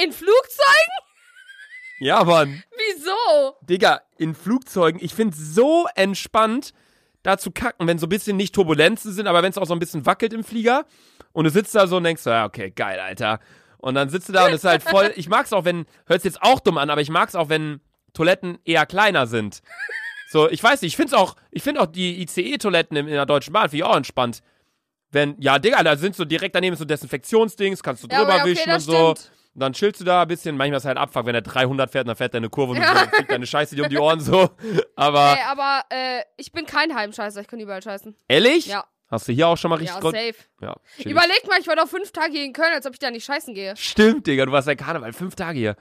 In Flugzeug? Ja, Mann. Wieso? Digga, in Flugzeugen, ich find's so entspannt, da zu kacken, wenn so ein bisschen nicht Turbulenzen sind, aber wenn es auch so ein bisschen wackelt im Flieger und du sitzt da so und denkst, so, ja, okay, geil, Alter. Und dann sitzt du da und es ist halt voll, ich mag's auch, wenn, hört's jetzt auch dumm an, aber ich mag's auch, wenn Toiletten eher kleiner sind. So, ich weiß nicht, ich find's auch, ich find auch die ICE-Toiletten in, in der Deutschen Bahn, finde ich auch entspannt. Wenn, ja, Digga, da sind so direkt daneben so Desinfektionsdings, kannst du Ja, aber drüber ja, okay, wischen und das so. stimmt. Und dann chillst du da ein bisschen. Manchmal ist halt Abfuck, wenn er 300 fährt, dann fährt er eine Kurve und du Ja. kriegst deine Scheiße dir um die Ohren so. Aber Ey, aber äh, ich bin kein Heimscheißer, ich kann überall scheißen. ehrlich? Ja. Hast du hier auch schon mal richtig Ja, Grund? safe. Ja, chillig. Überleg mal, ich war doch fünf Tage hier in Köln, als ob ich da nicht scheißen gehe. Stimmt, Digga, du warst ja Karneval, fünf Tage hier.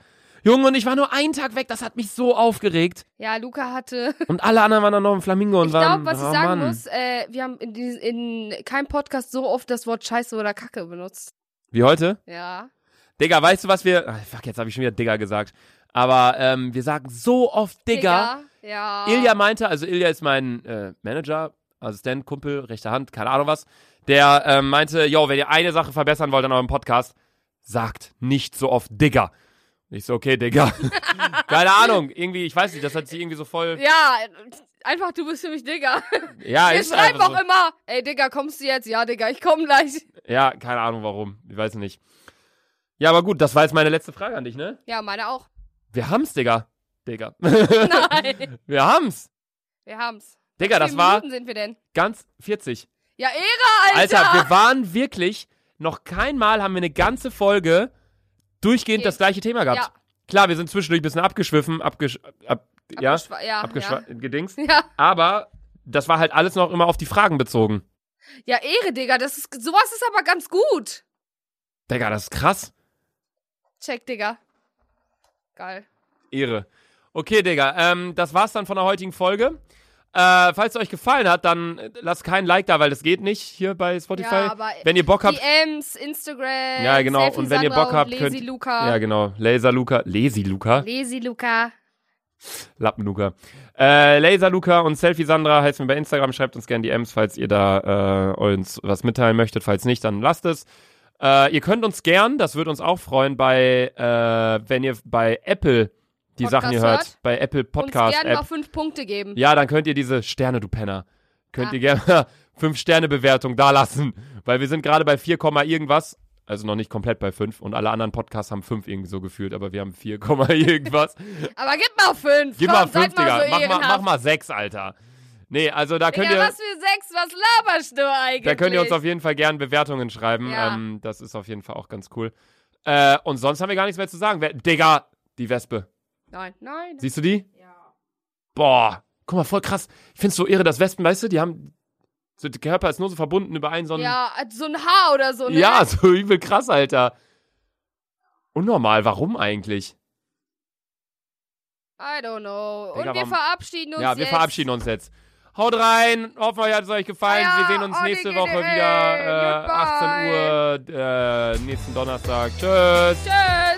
Junge, und ich war nur einen Tag weg, das hat mich so aufgeregt. Ja, Luca hatte. Und alle anderen waren dann noch im Flamingo und Ich waren. glaube, was ich oh, sagen Mann. muss, äh, wir haben in, dies- in keinem Podcast so oft das Wort Scheiße oder Kacke benutzt. Wie heute? Ja. Digga, weißt du, was wir. Ach, fuck, jetzt habe ich schon wieder Digga gesagt. Aber ähm, wir sagen so oft Digga. Ja. Ilja meinte, also Ilja ist mein äh, Manager, Assistent, Kumpel, rechte Hand, keine Ahnung was, der ähm, meinte, yo, wenn ihr eine Sache verbessern wollt an eurem Podcast, sagt nicht so oft Digger. Ich so, okay, Digger. keine Ahnung, irgendwie, ich weiß nicht, das hat sie irgendwie so voll. Ja, einfach du bist für mich Digga. Ja, Wir ist schreiben einfach auch so. immer, ey Digga, kommst du jetzt? Ja, Digga, ich komm gleich. Ja, keine Ahnung warum, ich weiß nicht. Ja, aber gut, das war jetzt meine letzte Frage an dich, ne? Ja, meine auch. Wir haben's, Digga. Digga. Nein. Wir haben's. Wir haben's. Digga, Wie das viele war Minuten sind Genau. wir denn? ganz 40. Ja, Ehre, Alter. Alter, wir waren wirklich, noch kein Mal haben wir eine ganze Folge durchgehend Okay. das gleiche Thema gehabt. Ja. Klar, wir sind zwischendurch ein bisschen abgeschwiffen, abgesch ab, ja, Abgeschwa- ja, abgeschwa gedings. ja. ja. Aber das war halt alles noch immer auf die Fragen bezogen. Ja, Ehre, Digga. Das ist, sowas ist aber ganz gut. Digga, das ist krass. Check, Digga. Geil. Ehre. Okay, Digga, ähm, das war's dann von der heutigen Folge. Äh, falls es euch gefallen hat, dann äh, lasst kein Like da, weil das geht nicht hier bei Spotify. Ja, aber wenn ihr Bock habt, DMs, Instagram. Ja, genau. Selfie Und wenn ihr Sandra Bock habt, und könnt- Lazy Luca. ja genau, Laser Luca, Lazy Luca. Lazy Luca. Lappenluca. Äh, Laser Luca und Selfie Sandra heißt mir bei Instagram. Schreibt uns gerne DMs, falls ihr da äh, uns was mitteilen möchtet. Falls nicht, dann lasst es. Äh, ihr könnt uns gern, das würde uns auch freuen, bei äh, wenn ihr bei Apple die Podcast Sachen hier hört, hört? bei Apple Uns Podcast gerne App. mal fünf Punkte geben. Ja, dann könnt ihr diese Sterne, du Penner, könnt Ah. ihr gerne fünf Sterne Bewertung da lassen, weil wir sind gerade bei 4, Komma irgendwas, also noch nicht komplett bei 5 und alle anderen Podcasts haben 5 irgendwie so gefühlt, aber wir haben 4, Komma irgendwas. Aber gib mal fünf. Gib Komm, mal 5, seid mal Digga. so mach, mal, mach ehrenhaft. mal 6, Alter. Nee, also da könnt Digga, ihr was für sechs, was laberst du eigentlich? da könnt ihr uns auf jeden Fall gern Bewertungen schreiben. Ja. Ähm, das ist auf jeden Fall auch ganz cool. Äh, und sonst haben wir gar nichts mehr zu sagen. Wer, Digga, die Wespe. Nein, nein. Siehst du die? ja. Boah, guck mal, voll krass. Ich find's so irre, dass Wespen, weißt du, die haben. So, der Körper ist nur so verbunden über einen so einen. ja, also so ein Haar oder so. Ne? ja, so übel krass, Alter. Unnormal, warum eigentlich? I don't know. Digga, Und wir warum- verabschieden uns ja, wir jetzt. verabschieden uns jetzt. Haut rein, hoffen euch hat es euch gefallen. Ja, oh, wir sehen uns all nächste the Woche good wieder. day. Äh, 18 Uhr, äh, nächsten Donnerstag. Tschüss. Tschüss.